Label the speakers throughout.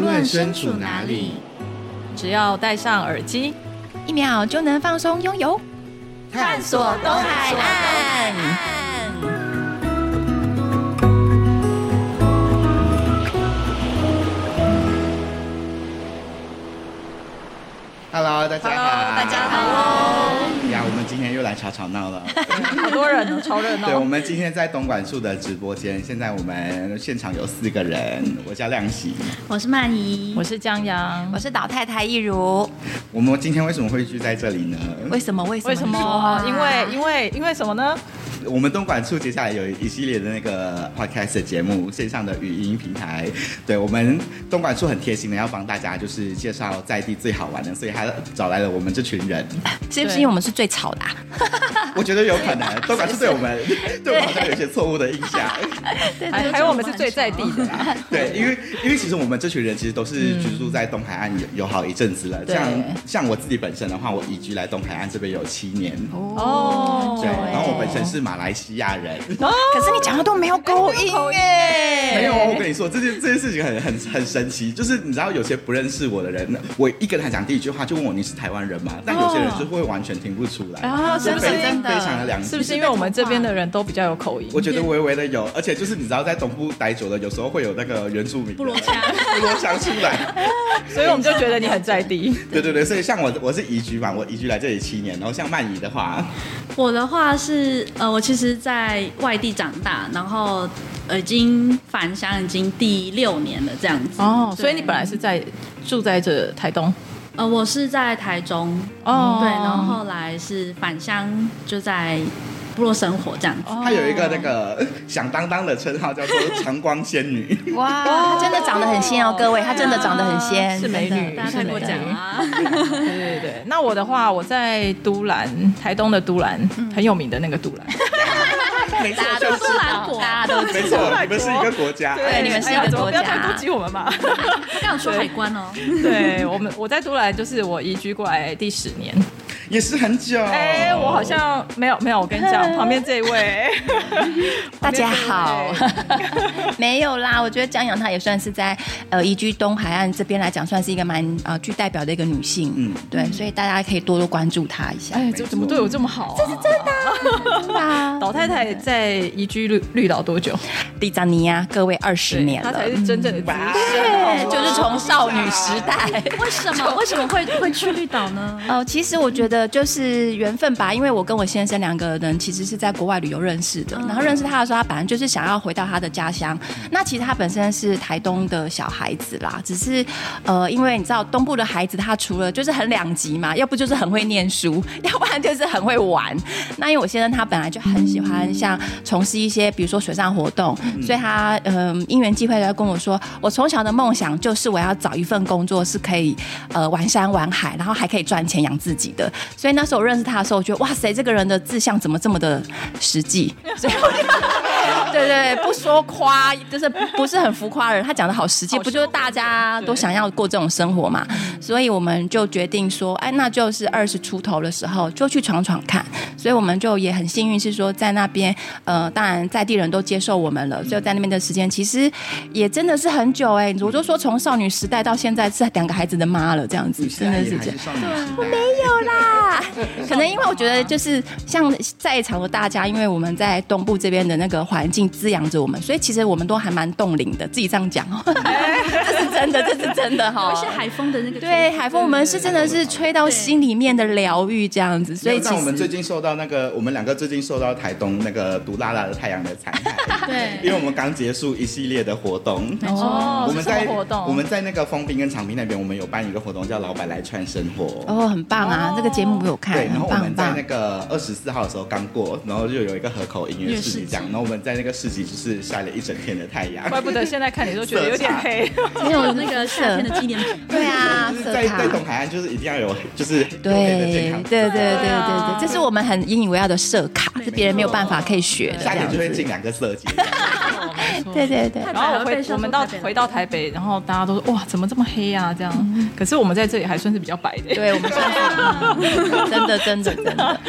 Speaker 1: 论身处哪里，
Speaker 2: 只要戴上耳机，
Speaker 3: 一秒就能放松拥有。
Speaker 1: 探
Speaker 2: 索东海
Speaker 3: 岸。
Speaker 1: Hello，大家好
Speaker 2: Hello，大家好。哦
Speaker 1: 呀，我们今天又来吵吵闹 了。
Speaker 2: 好多人哦，超热
Speaker 1: 对，我
Speaker 2: 闹。
Speaker 1: 们今天在东莞树的直播间，现在我们现场有四个人，我叫亮喜。
Speaker 3: 我是曼怡
Speaker 2: 我，是江阳
Speaker 3: 我，是老太太一如。
Speaker 1: 我们今天为什么会聚在这里呢？
Speaker 3: 为什么？为什么？
Speaker 2: 为什
Speaker 3: 你说话
Speaker 2: 么？因为因为因为什么呢？
Speaker 1: 我们东莞处接下来有一系列的那个 podcast 的节目，线上的语音平台。对我们东莞处很贴心的，要帮大家就是介绍在地最好玩的，所以他找来了我们这群人。
Speaker 3: 是不是因为我们是最吵的、啊？
Speaker 1: 我觉得有可能，东莞处对我 们对我们好像有一些错误的印象。
Speaker 2: 还还有我们是最在地的啦。
Speaker 1: 对，因为因为其实我们这群人其实都是居住在东海岸有有好一阵子了。
Speaker 2: 嗯对
Speaker 1: 像像我自己本身的话，我移居来东海岸这边有七年。
Speaker 2: 哦
Speaker 1: 对，
Speaker 2: 对
Speaker 1: 然后我本身是马来西亚人。
Speaker 3: 可是你讲的都没有勾引哎、
Speaker 1: 没有，哦我跟你说，这件这件事情很很很神奇，就是你知道有些不认识我的人，我一跟他讲第一句话就问我你是台湾人吗？但有些人就会完全听不出来，
Speaker 2: 哦啊
Speaker 1: 是
Speaker 2: 真
Speaker 1: 非
Speaker 2: 的
Speaker 1: 非
Speaker 3: 哦真的
Speaker 1: 常的良心。
Speaker 2: 是不是因为我们这边的人都比较有口音？
Speaker 1: 我觉得微微的有，而且就是你知道，在东部待久了，有时候会有那个原住民部落腔，部落腔出 来。
Speaker 2: 所以我们就觉得你很在地。
Speaker 1: 对对对，所以像我我是移居嘛，我移居来这里七年，然后像曼怡的话，
Speaker 4: 我的话是，呃，我其实在外地长大，然后呃已经返乡已经第六年了这样子。
Speaker 2: 哦，
Speaker 4: 对
Speaker 2: 所以你本来是在住在这台东。
Speaker 4: 呃，我是在台中，
Speaker 2: 哦
Speaker 4: 对，然后后来是返乡就在部落生活这样子。
Speaker 2: 哦
Speaker 1: 她有一个那个响当当的称号叫做“长光仙女
Speaker 3: 哇，她真的长得很仙哦，各位，她真的长得很仙，
Speaker 2: 是美
Speaker 3: 真
Speaker 2: 女
Speaker 3: 的
Speaker 4: 大家太过奖了啊，
Speaker 2: 对对对，那我的话，我在都兰，台东的都兰，很有名的那个都兰。”，
Speaker 1: 没错
Speaker 3: 大，家
Speaker 1: 就
Speaker 3: 都
Speaker 1: 是
Speaker 3: 知道，大家都知
Speaker 1: 没
Speaker 3: 道。
Speaker 1: 错，你们是一个国家。
Speaker 3: 对你们是一个
Speaker 2: 哎呀怎么
Speaker 3: 国
Speaker 2: 不要太
Speaker 3: 家
Speaker 2: 攻击我们嘛。
Speaker 4: 刚刚有说海关哦，
Speaker 2: 对我们，我在都兰就是我移居过来第十年。
Speaker 1: 也是很久。
Speaker 2: 哎、我好像没有没有，我跟你讲，旁边这一位，
Speaker 3: 大家好
Speaker 2: 旁边，
Speaker 3: 没有啦，我觉得江阳她也算是在呃移居东海岸这边来讲，算是一个蛮呃具代表的一个女性，
Speaker 1: 嗯
Speaker 3: 嗯，对，所以大家可以多多关注她一下
Speaker 2: 这一位，哎、
Speaker 1: 没
Speaker 2: 这
Speaker 1: 错
Speaker 2: 怎么对我这么好、啊？这是真的、
Speaker 3: 啊，
Speaker 2: 老太太在移居绿绿岛多久？
Speaker 3: 蒂扎尼亚，各位二十年
Speaker 2: 她
Speaker 3: 了
Speaker 2: 才。是真正的资
Speaker 1: 哇
Speaker 3: 对，
Speaker 2: 深， 哦
Speaker 3: 就是从少女时代。
Speaker 4: 为什么为什么会会去绿岛呢？
Speaker 3: 呃，其实我觉得就是缘分吧，因为我跟我先生两个人其实是在国外旅游认识的。然后认识他的时候，他本来就是想要回到他的家乡。那其实他本身是台东的小孩子啦，只是呃，因为你知道东部的孩子，他除了就是很两极嘛，要不就是很会念书，要不然就是很会玩。那因为我先生他本来就很喜欢像从事一些比如说水上活动，所以他嗯、因缘际会地跟我说，我从小的梦想就是我要找一份工作是可以呃玩山玩海，然后还可以赚钱养自己的。所以那时候我认识他的时候，我觉得哇塞，这个人的志向怎么这么的实际？所以我就 对对对，不说夸，就是不是很浮夸的人，他讲的好实际，不就是大家都想要过这种生活嘛？所以我们就决定说，哎，那就是二十出头的时候就去闯闯看。所以我们就也很幸运，是说在那边，呃，当然在地人都接受我们了，所以在那边的时间其实也真的是很久哎、我就说从少女时代到现在是两个孩子的妈了，这样子
Speaker 1: 你现
Speaker 3: 真
Speaker 1: 在也
Speaker 3: 的嗯
Speaker 1: 还
Speaker 3: 是这
Speaker 1: 是。
Speaker 3: 样
Speaker 1: 少女时代。
Speaker 3: 有啦， 可能因为我觉得就是像在场的大家，因为我们在东部这边的那个环境滋养着我们，所以其实我们都还蛮冻龄的。自己这样讲，哦， 这是真的，这是真的哈
Speaker 4: 而。且海风的那个
Speaker 3: 对，海风我们是真的是吹到心里面的疗愈这样子，所以
Speaker 1: 没有但
Speaker 3: 其
Speaker 1: 我们最
Speaker 3: 实
Speaker 1: 近受到那个，我们两个最近受到台东那个毒辣辣的太阳的残害，因
Speaker 4: 对，
Speaker 1: 为我们刚结束一系列的活动。
Speaker 2: 哦，
Speaker 1: 我
Speaker 2: 是
Speaker 1: 们
Speaker 2: 什
Speaker 1: 在
Speaker 2: 么活动？
Speaker 1: 我们在那个丰滨跟长滨那边，我们有办一个活动叫“老板来串生活”。
Speaker 3: 哦很棒啊
Speaker 2: 哦，
Speaker 3: 这个节目我有看
Speaker 1: 对，，然后
Speaker 3: 很
Speaker 1: 我
Speaker 3: 棒
Speaker 1: 们
Speaker 3: 哎很
Speaker 1: 在
Speaker 3: 棒
Speaker 1: 那。个二十四号的时候刚过，然后就有一个河口音乐市集这样，然后我们在那个市集就是晒了一整天的太阳，
Speaker 2: 怪不得现在看你都觉得有点黑。
Speaker 4: 没有那个夏天的纪念品。
Speaker 3: 对啊
Speaker 1: 就是，在在
Speaker 3: 色卡。
Speaker 1: 东海岸就是一定要有就是对
Speaker 3: 对
Speaker 1: 健
Speaker 3: 对
Speaker 1: 康。
Speaker 3: 对对对
Speaker 2: 对啊
Speaker 3: 对，这是我们很引以为傲的社卡，是别人没有办法可以学的。
Speaker 1: 下
Speaker 3: 这
Speaker 1: 点
Speaker 3: 样
Speaker 1: 就会
Speaker 3: 子。
Speaker 1: 进两个色节，
Speaker 2: 哦没错
Speaker 3: 对对对，
Speaker 4: 太
Speaker 2: 然后
Speaker 4: 白
Speaker 2: 我
Speaker 4: 了被
Speaker 2: 回
Speaker 4: 笑
Speaker 2: 我
Speaker 4: 说
Speaker 2: 们到
Speaker 4: 太白了
Speaker 2: 回到台北，然后大家都说哇，怎么这么黑啊？这样，可是我们在这里还算是比较白 的。
Speaker 3: 嗯对我们算是 真的真的真的，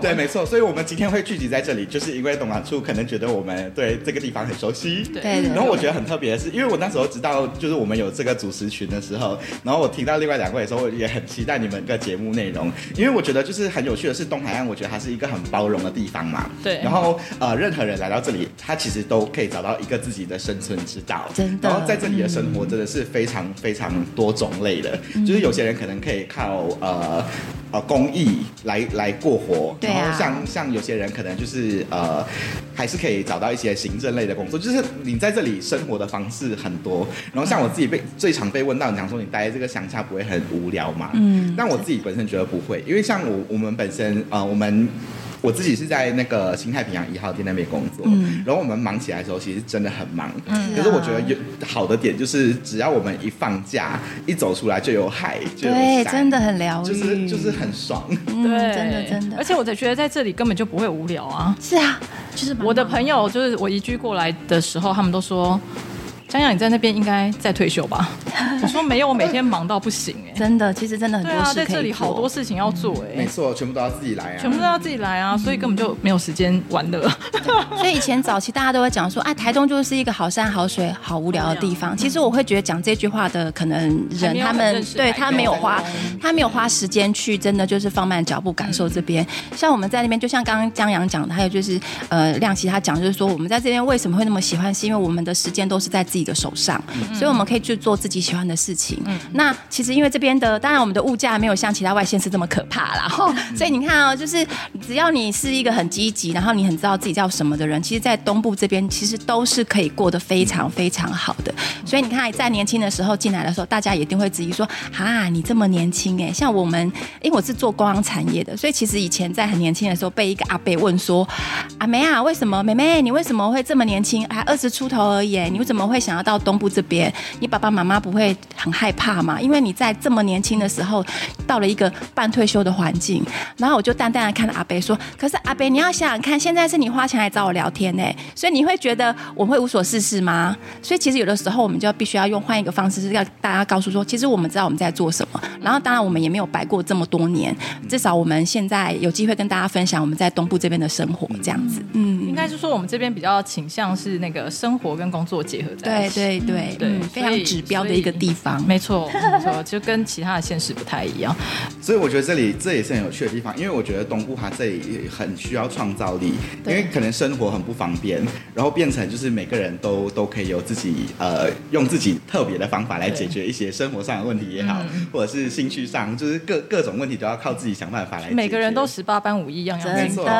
Speaker 1: 对，没错，所以我们今天会聚集在这里，就是因为董管处可能觉得我们对这个地方很熟悉。
Speaker 2: 对
Speaker 3: 对对
Speaker 1: 然后我觉得很特别的是，因为我那时候知道就是我们有这个主持群的时候，然后我听到另外两位的时候，我也很期待你们的节目内容，因为我觉得就是很有趣的是东海岸，我觉得它是一个很包容的地方嘛。
Speaker 2: 对
Speaker 1: 然后呃，任何人来到这里，他其实都可以找到一个自己的生存之道。
Speaker 3: 真的
Speaker 1: 然后在这里的生活真的是非常非常多种类的，
Speaker 3: 嗯
Speaker 1: 就是有些人可能可以靠呃。呃，公益来来过活，
Speaker 3: 对啊
Speaker 1: 然后像像有些人可能就是呃，还是可以找到一些行政类的工作，就是你在这里生活的方式很多。然后像我自己被最常被问到，你讲说你待在这个乡下不会很无聊吗？嗯，但我自己本身觉得不会，因为像我我们本身呃，我们。我自己是在那个新太平洋一号店那边工作，
Speaker 3: 嗯
Speaker 1: 然后我们忙起来的时候，其实真的很忙。可是我觉得有好的点就是，只要我们一放假，一走出来就有海，就有
Speaker 3: 对，
Speaker 1: 山
Speaker 3: 真的很疗愈，
Speaker 1: 就是就是很爽。
Speaker 3: 嗯真的真的，
Speaker 2: 而且我在觉得在这里根本就不会无聊啊。
Speaker 3: 是啊，
Speaker 4: 其实蛮
Speaker 2: 我的
Speaker 4: 棒
Speaker 2: 朋友就是我移居过来的时候，他们都说。江阳，你在那边应该在退休 吧？我说没有，我每天忙到不行哎、
Speaker 3: 真的，其实真的 很
Speaker 2: 对
Speaker 3: 多
Speaker 2: 啊，
Speaker 3: 事可
Speaker 2: 在
Speaker 3: 以
Speaker 2: 这里好
Speaker 3: 做
Speaker 2: 多事情要做哎、
Speaker 1: 嗯没错，全部都要自己来啊。
Speaker 2: 全部都要自己来啊，所以根本就没有时间玩乐。
Speaker 3: 所以以前早期大家都会讲说，哎、台东就是一个好山好水、好无聊的地方。其实我会觉得讲这句话的可能
Speaker 2: 嗯还
Speaker 3: 人
Speaker 2: 没有
Speaker 3: 他
Speaker 2: 很
Speaker 3: 们
Speaker 2: 认识
Speaker 3: 对
Speaker 2: 台
Speaker 3: 他
Speaker 2: 东
Speaker 3: 没有花，他没有花时间去真的就是放慢脚步感受这边。像我们在那边，就像刚刚江阳讲的，还有就是呃亮琪他讲，就是说我们在这边为什么会那么喜欢，是因为我们的时间都是在自己的手上，所以我们可以去做自己喜欢的事情。那其实因为这边的，当然我们的物价没有像其他外县市这么可怕啦，吼所以你看哦，就是只要你是一个很积极，然后你很知道自己要什么的人，其实，在东部这边其实都是可以过得非常非常好的。所以你看，在年轻的时候进来的时候，大家一定会质疑说：“啊，你这么年轻哎！”像我们，因为我是做观光产业的，所以其实以前在很年轻的时候，被一个阿伯问说：“阿梅啊，为什么妹妹你为什么会这么年轻？还二十出头而已，欸你为什么会想要到东部这边？你爸爸妈妈不会很害怕吗？因为你在这么年轻的时候，到了一个半退休的环境。”然后我就淡淡的看着阿北说：“可是阿北，你要想想看，现在是你花钱来找我聊天呢，欸所以你会觉得我会无所事事吗？所以其实有的时候我们就要必须要用换一个方式，是要大家告诉说，其实我们知道我们在做什么。然后当然我们也没有白过这么多年，至少我们现在有机会跟大家分享我们在东部这边的生活，这样子。嗯，
Speaker 2: 应该是说我们这边比较倾向是那个生活跟工作结合在
Speaker 3: 对
Speaker 2: 一起。
Speaker 3: 对对，
Speaker 2: 对
Speaker 3: 嗯，非常
Speaker 2: 所以
Speaker 3: 指标的一个地方。
Speaker 2: 没错，没错，就跟其他的县市不太一 样。
Speaker 1: 所以我觉得这里这也是很有趣的地方，因为我觉得东部它这里很需要创造力，因为可能生活很不方便，然后变成就是每个人都都可以有自己呃用自己特别的方法来解决一些生活上的问题也好，
Speaker 2: 嗯
Speaker 1: 或者是兴趣上，就是各各种问题都要靠自己想办法来解决。
Speaker 2: 每个人都十八般武艺，样样
Speaker 1: 没
Speaker 2: 精
Speaker 1: 错
Speaker 2: 通。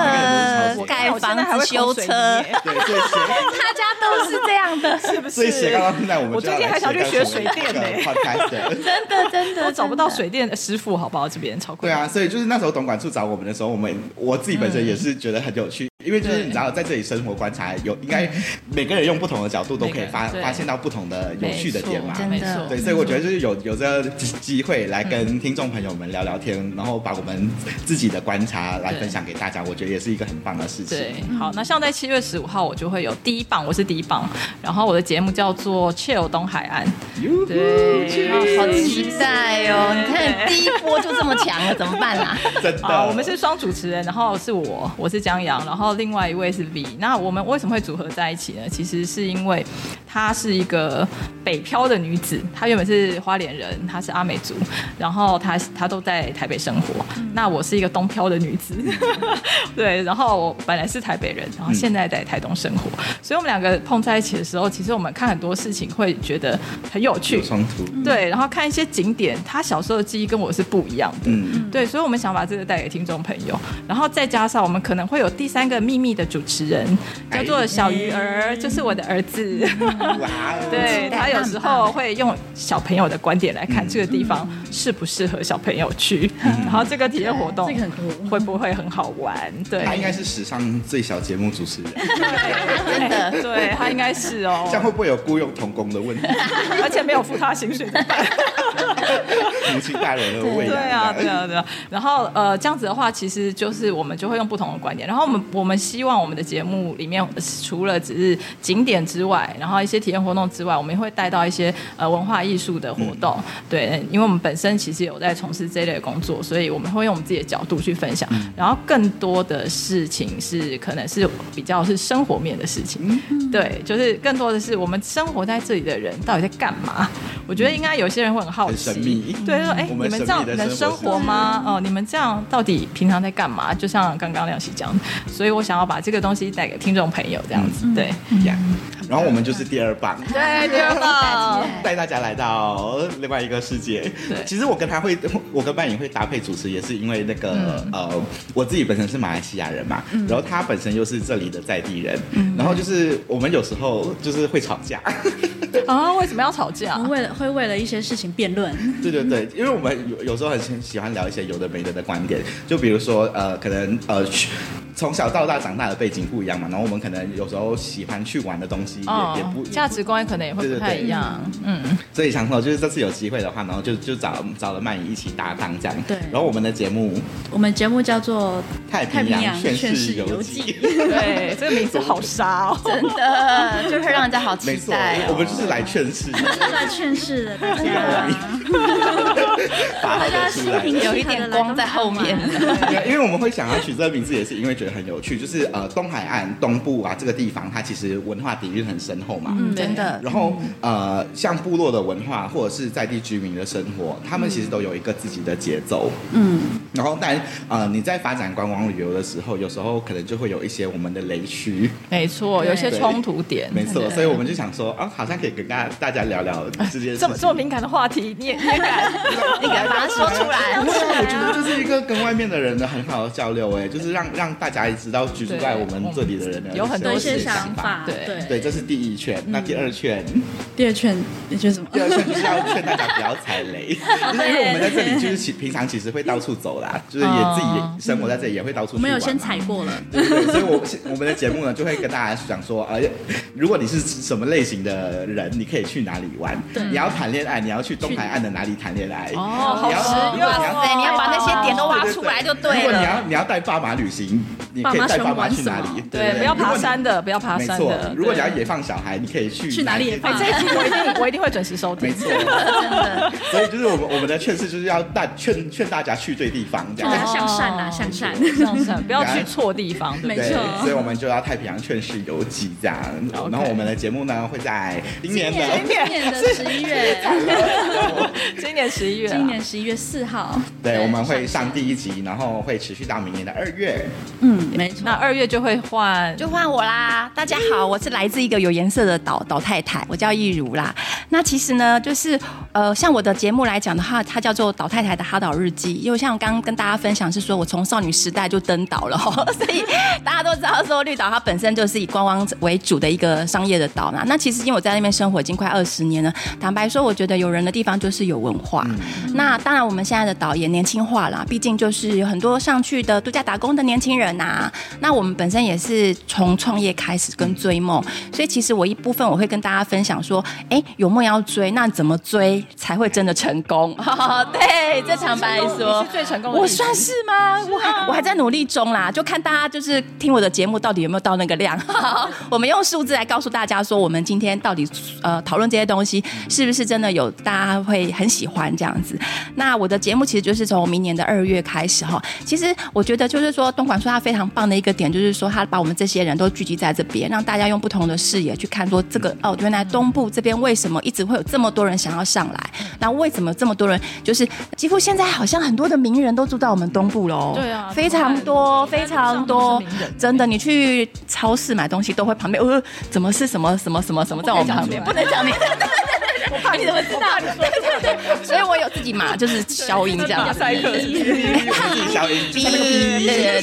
Speaker 1: 呃
Speaker 2: 我
Speaker 3: 盖
Speaker 2: 我现
Speaker 3: 啊房
Speaker 2: 在还会
Speaker 3: 子、修
Speaker 2: 口水
Speaker 3: 车，
Speaker 2: 泥耶
Speaker 1: 对，所以斜
Speaker 3: 大家都是这样的，
Speaker 2: 是不 是？
Speaker 1: 所以斜杠到现在，我们就
Speaker 2: 我最
Speaker 1: 要
Speaker 2: 近
Speaker 1: 来
Speaker 2: 还想去
Speaker 1: 斜
Speaker 2: 学
Speaker 1: 杠
Speaker 2: 水
Speaker 1: 成为
Speaker 2: 电
Speaker 1: 一个
Speaker 2: 呢，
Speaker 1: podcaster
Speaker 3: 真的真的
Speaker 2: 我找不到水电师傅，好不好？这边超贵。
Speaker 1: 对啊，所以就是那时候董管处找我们的时候，我们我自己本身也是觉得很有
Speaker 2: 嗯
Speaker 1: 趣，因为就是你知道在这里生活观察有应该每个人用不同的角度都可以发
Speaker 2: 每个人对
Speaker 1: 发现到不同的有
Speaker 2: 没错，
Speaker 1: 趣的点嘛。
Speaker 3: 真的
Speaker 2: 没错。
Speaker 1: 对，所以我觉得就是有有这个机机会来跟听众朋友们聊聊天，
Speaker 2: 嗯
Speaker 1: 然后把我们自己的观察来分享给大家，我觉得也是一个很棒的事情。
Speaker 2: 对，好，那像在七月十五号，我就会有第一棒，我是第一棒，然后我的节目叫做《Chill 东海岸》，
Speaker 1: 哟
Speaker 2: 对，然后
Speaker 3: 好期待哦！你 看第一波就这么强了，怎么办啦？
Speaker 1: 真
Speaker 2: 啊，
Speaker 1: 的，
Speaker 2: 我们是双主持人，然后是我，我是江阳，然后另外一位是 V。那我们为什么会组合在一起呢？其实是因为她是一个北漂的女子，她原本是花莲人，她是阿美族，然后她她都在台北生活。那我是一个东漂的女子，对，然后我本来是台北人，
Speaker 1: 嗯
Speaker 2: 然后现在在台东生活，所以我们两个碰在一起的时候，其实我们看很多事情会觉得很有趣
Speaker 1: 有，冲突，
Speaker 2: 对，然后看一些景点，她小时候的记忆跟我是不一样的。
Speaker 1: 嗯，
Speaker 2: 对，所以我们想把这个带给听众朋友，然后再加上我们可能会有第三个秘密的主持人，叫做小鱼儿，就是我的儿子。
Speaker 1: 哇哦，
Speaker 2: 对
Speaker 3: 期待
Speaker 2: 他有时候
Speaker 3: 很棒
Speaker 2: 会用小朋友的观点来看这个地方适不适合小朋友去，然后这个体验活动
Speaker 4: 这个很酷
Speaker 2: 会不会很好玩？对，
Speaker 1: 他应该是史上最小节目主持人，
Speaker 2: 真的， 对他应该是哦
Speaker 1: 这，样会不会有雇佣童工的问题？
Speaker 2: 而且没有付他薪水怎么办？
Speaker 1: 母亲大人的喂
Speaker 2: 对
Speaker 1: 养。
Speaker 2: 啊，对啊，对啊。然后呃，这样子的话，其实就是我们就会用不同的观点。然后我们我们希望我们的节目里面，呃除了只是景点之外，然后一些体验活动之外，我们也会带到一些呃文化艺术的活动。
Speaker 1: 嗯
Speaker 2: 对，因为我们本身其实有在从事这类的工作，所以我们会用我们自己的角度去分享。
Speaker 1: 嗯
Speaker 2: 然后更多的事情是可能是比较是生活面的事情。
Speaker 1: 嗯
Speaker 2: 对，就是更多的是我们生活在这里的人到底在干嘛？我觉得应该有些人会很好
Speaker 1: 很
Speaker 2: 奇，
Speaker 1: 神秘
Speaker 2: 对，就说哎，
Speaker 1: 嗯我
Speaker 2: 你
Speaker 1: 们神
Speaker 2: 们这
Speaker 1: 秘
Speaker 2: 样
Speaker 1: 的
Speaker 2: 能
Speaker 1: 生
Speaker 2: 生
Speaker 1: 活
Speaker 2: 活吗？哦，你们这样到底平常在干嘛？就像刚刚亮喜讲的，所以我想要把这个东西带给听众朋友，这样子，
Speaker 1: 嗯
Speaker 2: 对，
Speaker 1: 呀然后我们就是第二棒。
Speaker 2: 对，第 二棒，
Speaker 1: 带大家来到另外一个世界。
Speaker 2: 对
Speaker 1: 其实我跟他会，我跟曼影会搭配主持，也是因为那个、
Speaker 2: 嗯
Speaker 1: 呃，我自己本身是马来西亚人嘛，然后他本身又是这里的在地人，
Speaker 2: 嗯
Speaker 1: 然后就是我们有时候就是会吵 架，
Speaker 2: 啊，为什么要吵架
Speaker 4: 我？们为了会为了一些事情辩论，
Speaker 1: 对对对，因为我们有有时候很喜欢聊一些有的没的的观点，就比如说呃，可能呃去。从小到大长大的背景不一样嘛，然后我们可能有时候喜欢去玩的东西也、也不
Speaker 2: 嗯价值观可能也会
Speaker 1: 对对
Speaker 2: 不太
Speaker 1: 对
Speaker 2: 一样，嗯，
Speaker 1: 所以想说，就是这次有机会的话，然后就就找找了曼怡一起搭档这样。
Speaker 4: 对
Speaker 1: 然后我们的节目《
Speaker 4: 我们节目叫做
Speaker 1: 太
Speaker 4: 《太平洋
Speaker 1: 洋劝
Speaker 4: 劝
Speaker 1: 世
Speaker 4: 世
Speaker 1: 游
Speaker 4: 游
Speaker 1: 记》，
Speaker 4: 记》
Speaker 2: 对，这个名字好沙哦，
Speaker 3: 真的就会让人家好
Speaker 1: 没
Speaker 3: 期
Speaker 1: 错
Speaker 3: 待、，
Speaker 1: 我
Speaker 3: 哦。
Speaker 1: 们就是来劝世，
Speaker 4: 是来劝世的大家，
Speaker 1: 把好
Speaker 4: 大家
Speaker 1: 的出
Speaker 4: 心
Speaker 1: 来。
Speaker 4: 平气和地来
Speaker 3: 有一点光在后面
Speaker 4: 跟我们玩
Speaker 1: 对因为我们会想要取这个名字，也是因为觉得很有趣，就是呃，东海岸东部啊这个地方，它其实文化底蕴很深厚嘛。
Speaker 3: 嗯，真的，
Speaker 1: 然后呃，像部落的文化或者是在地居民的生活，他们其实都有一个自己的节奏。
Speaker 4: 嗯，
Speaker 1: 然后但呃，你在发展观光旅游的时候，有时候可能就会有一些我们的雷区。
Speaker 2: 没错，有一些
Speaker 1: 对
Speaker 2: 冲突 点，
Speaker 1: 没错，所以我们就想说，啊，好像可以跟大家大家聊聊这件事情。
Speaker 2: 这么这么敏感的话题，你也你 也敢，
Speaker 3: 你敢把它说出
Speaker 1: 不
Speaker 3: 来？
Speaker 1: 会啊，我觉得这是一个跟外面的人的很好的交流，哎，就是让让大家也知道居住在我们这里的人的
Speaker 2: 有很多
Speaker 4: 有一
Speaker 1: 一些
Speaker 4: 些
Speaker 1: 想
Speaker 4: 想法，
Speaker 2: 对
Speaker 1: 对，
Speaker 4: 对。
Speaker 1: 这是第一圈。那第二圈，
Speaker 4: 第二劝，你劝什么？
Speaker 1: 第二圈就是要劝大家不要踩雷，就是因为我们在这里就是其平常其实会到处走啦，就是也自己也生活在这里也会到处去
Speaker 4: 我们有
Speaker 1: 玩
Speaker 4: 先
Speaker 1: 嘛
Speaker 4: 踩过了，
Speaker 1: 对对，对所以我我们的节目呢，就会跟大家讲说，呃，如果你是什么类型的人，你可以去哪里玩。你要谈恋爱，你要去东海岸的哪里谈恋爱？
Speaker 2: 哦
Speaker 1: 你要
Speaker 2: 好实
Speaker 1: 如
Speaker 2: 用
Speaker 1: 果
Speaker 2: 哦
Speaker 1: 你
Speaker 3: 哇塞，你要把那些点都挖
Speaker 1: 对对对
Speaker 3: 出来就
Speaker 1: 如
Speaker 3: 对
Speaker 1: 果你
Speaker 3: 了。
Speaker 1: 要你要带爸妈旅行，你可以带爸妈去哪里？
Speaker 2: 对，不要爬。山的，不要爬
Speaker 1: 没
Speaker 2: 山
Speaker 1: 错
Speaker 2: 的，，哎
Speaker 1: 如果你要野放小孩，你可以去
Speaker 4: 去哪里也
Speaker 1: 边
Speaker 4: 放
Speaker 2: 这一集我一定我一定会准时收
Speaker 1: 没
Speaker 2: 听，
Speaker 1: 错，
Speaker 3: 真的，
Speaker 1: 所以就是我们我们的劝是就是要大劝劝大家去对地方这样
Speaker 4: 大。家
Speaker 2: 哦
Speaker 4: 向善啊，向善。
Speaker 2: 上山不要去错地方，对不对
Speaker 4: 没
Speaker 1: 对
Speaker 4: 错，
Speaker 1: 所以我们就要太平洋劝世游记这样。
Speaker 2: OK
Speaker 1: 然后我们的节目呢会在今年
Speaker 4: 今
Speaker 1: 的，
Speaker 4: 年的十一月，
Speaker 2: 今年十一月啊，
Speaker 4: 今年十一月四号，
Speaker 1: 对，我们会上第一集，然后会持续到明年的二 月。
Speaker 4: 嗯，没错
Speaker 2: 那。二月就会换，
Speaker 3: 就换我啦！大家好，我是来自一个有颜色的岛岛太太，我叫易如啦。那其实呢，就是呃，像我的节目来讲的话，它叫做《岛太太的哈岛日记》，因为像刚刚跟大家分享是说我从少女时代就登岛了、 哦，所以大家都知道说绿岛它本身就是以观光为主的一个商业的岛嘛。那其实因为我在那边生活已经快二十年了，坦白说，我觉得有人的地方就是有文化。那当然，我们现在的岛也年轻化啦，毕竟就是有很多上去的度假打工的年轻人呐、啊那我们本身也是从创业开始跟追梦，所以其实我一部分我会跟大家分享说，哎，有梦要追，那怎么追才会真的成功？ 对，这坦白说
Speaker 2: 你是。最成功的例子，
Speaker 3: 我算是啊吗？我还我还在努力中啦，就看大家就是听我的节目到底有没有到那个 量。我们用数字来告诉大家说，我们今天到底呃讨论这些东西是不是真的有大家会很喜欢这样子。那我的节目其实就是从明年的二月开始哈。其实我觉得就是说，东莞说它非常棒的一个点，就是说它把我们这些人都聚集在这边，让大家用不同的视野去看说这
Speaker 2: 嗯
Speaker 3: 个哦，原来东部这边为什么一直会有这么多人想要上来？那为什么这么多人？就是几乎现在好像很多的名人都住到我们东部喽。
Speaker 2: 对啊
Speaker 3: 非常多，非常
Speaker 2: 现在路上
Speaker 3: 多
Speaker 2: 都是名人，
Speaker 3: 真的，你去超市买东西都会旁边呃，怎么是什么什么什么什么在我旁边，不
Speaker 2: 不
Speaker 3: 能讲名字。
Speaker 2: 我怕你怎么知 道？
Speaker 3: 所以我有自己码，就是消音这样
Speaker 2: 马
Speaker 3: 子。
Speaker 2: 赛 克是不是
Speaker 1: 我自己消音，就是那个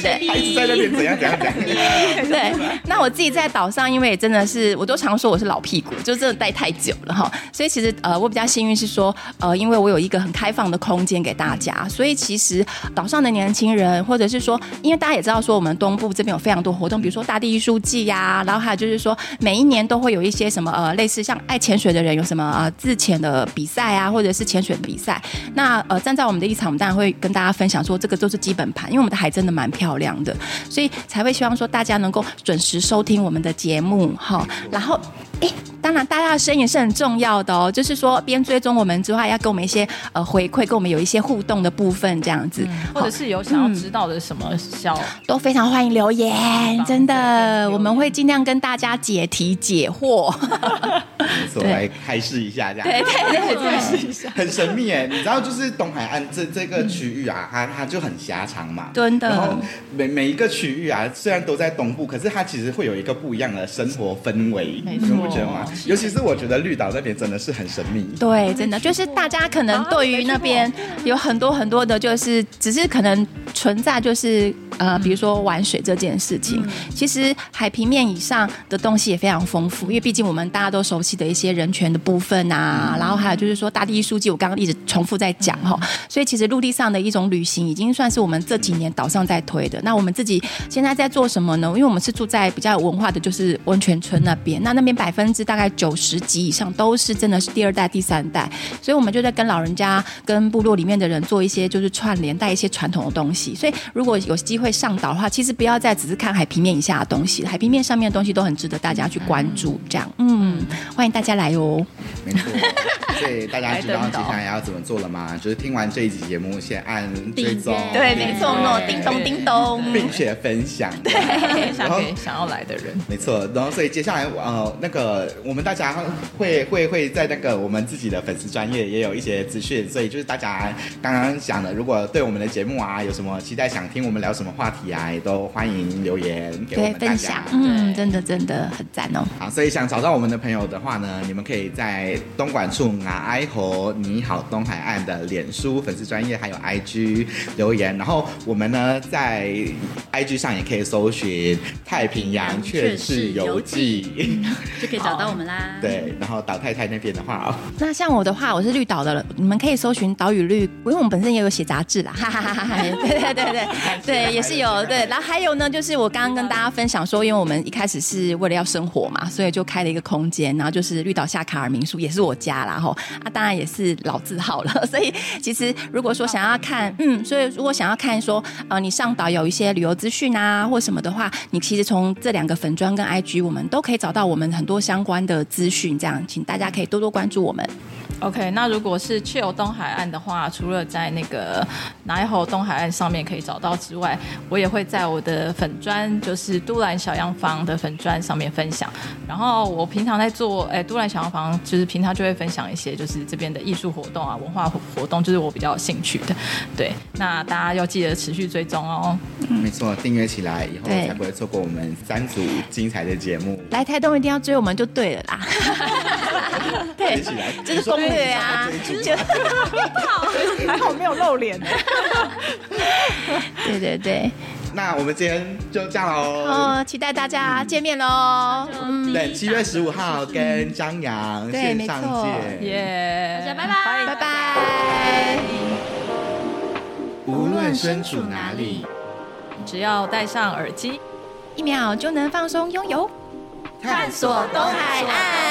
Speaker 3: 对对对对。
Speaker 1: 他一直在那边怎样怎样怎样。
Speaker 3: 对，那我自己在岛上，因为真的是我都常说我是老屁股，就真的待太久了哈。所以其实呃，我比较幸运是说，呃，因为我有一个很开放的空间给大家，所以其实岛上的年轻人，或者是说，因为大家也知道说我们东部这边有非常多活动，比如说大地艺术季呀、然后还有就是说每一年都会有一些什么呃类似像爱潜水的人有什么呃自潜的比赛啊，或者是潜水比赛。那呃，站在我们的立场，我们当然会跟大家分享说，这个都是基本盘，因为我们的海真的蛮漂亮的，所以才会希望说大家能够准时收听我们的节目哈。然后，哎，当然大家的声音也是很重要的哦，就是说边追踪我们之外，要给我们一些呃回馈，跟我们有一些互动的部分这样子。
Speaker 2: 或者是有想要知道的什么小，
Speaker 3: 都非常欢迎留言，真的，
Speaker 2: 对
Speaker 3: 我们会尽量跟大家解题解惑。
Speaker 1: 没错，
Speaker 3: 对
Speaker 1: 来开示一下这样。
Speaker 3: 对对对对，
Speaker 1: 很神秘哎，你知道，就是东海岸这这个区域
Speaker 2: 嗯
Speaker 1: 啊，它它就很狭长嘛。
Speaker 3: 真
Speaker 1: 然后
Speaker 3: 的，
Speaker 1: 每每一个区域啊，虽然都在东部，可是它其实会有一个不一样的生活氛围，
Speaker 2: 没
Speaker 1: 你们不
Speaker 2: 错
Speaker 1: 觉得吗？尤其是我觉得绿岛那边真的是很神秘。
Speaker 3: 对，真的就是大家可能对于那边有很多很多的，就是只是可能存在就是呃，比如说玩水这件事情，其实海平面以上的东西也非常丰富，因为毕竟我们大家都熟悉的一些人权的部分啊，然后还有就是说大地艺术季，我刚刚一直重复在讲哈，所以其实陆地上的一种旅行已经算是我们这几年岛上在推的。那我们自己现在在做什么呢？因为我们是住在比较有文化的，就是温泉村那边，那那边百分之大概九十几以上都是真的是第二代、第三代，所以我们就在跟老人家、跟部落里面的人做一些就是串联，带一些传统的东西。所以如果有机会上岛的话，其实不要再只是看海平面以下的东西，海平面上面的东西都很值得大家去关注。这样，嗯，欢迎大家来哦。
Speaker 1: 没错，所以大家知道接下来要怎么做了吗？就是听完这一集节目，先按追踪，
Speaker 4: 订阅对
Speaker 2: 没错
Speaker 1: 诺，
Speaker 2: 叮咚叮
Speaker 3: 咚
Speaker 1: 并且分享。对，
Speaker 2: 分
Speaker 1: 然
Speaker 2: 享
Speaker 1: 后
Speaker 2: 给想要来的人。
Speaker 1: 没错，然后所以接下来呃，那个我们大家会会会在那个我们自己的粉丝专业也有一些资讯，所以就是大家刚刚讲的，如果对我们的节目啊有什么期待，想听我们聊什么话题啊，也都欢迎留言给我
Speaker 3: 对，
Speaker 1: 们大家
Speaker 3: 分享。，嗯，
Speaker 2: 对
Speaker 3: 真的真的很赞哦。
Speaker 1: 好，所以想找到我们的朋友的话呢，你们可以在东莞处啊哀侯你好东海岸的脸书粉丝专业还有 IG 留言，然后我们呢在 IG 上也可以搜寻太平洋雀氏游记，
Speaker 4: 就可以找到我们啦。，
Speaker 1: 对，然后岛太太那边的话哦，
Speaker 3: 那像我的话，我是绿岛的了，你们可以搜寻岛屿绿，因为我们本身也有写杂志啦，哈哈哈哈哈。对对对对对，也是有对。然后还有呢，就是我刚刚跟大家分享说，因为我们一开始是为了要生活嘛，所以就开了一个空间，然后就是绿岛夏卡尔民宿，也是我家啦吼。 啊，当然也是老字号了， 所以其实如果说想要看，嗯，所以如果想要看说，呃，你上岛有一些旅游资讯啊或什么的话，你其实从这两个粉砖跟 IG，我们都可以找到我们很多相关的资讯，这样，请大家可以多多关注我们。
Speaker 2: OK，那如果是去游东海岸的话，除了在那个南后东海岸上面可以找到之外，我也会在我的粉砖，就是都兰小洋房的粉砖上面分享。然后我平常在做，哎、都兰小洋房就是平常就会分享一些就是这边的艺术活动啊、文化活活动，就是我比较有兴趣的。对，那大家要记得持续追踪哦。
Speaker 1: 没错，订阅起来以后
Speaker 3: 对
Speaker 1: 才不会错过我们三组精彩的节目。
Speaker 3: 来台东一定要追我们就对了啦。 对
Speaker 1: 追起来，
Speaker 3: 这是攻略啊
Speaker 1: 你说你想要追逐
Speaker 3: 就
Speaker 2: 还好没有露 脸。
Speaker 3: 对对对，
Speaker 1: 那我们今天就这样喽。
Speaker 3: 哦，期待大家见面喽。嗯，
Speaker 1: 对，七月十五号跟张扬
Speaker 3: 对
Speaker 1: 线
Speaker 3: 没
Speaker 1: 上
Speaker 3: 错
Speaker 1: 见。
Speaker 2: 耶、
Speaker 4: 大家拜拜
Speaker 2: 欢迎
Speaker 3: 拜拜。
Speaker 1: 无论身处哪里，
Speaker 2: 只要戴上耳机。
Speaker 3: 一秒就能放松拥有，
Speaker 1: 探
Speaker 3: 索东海岸。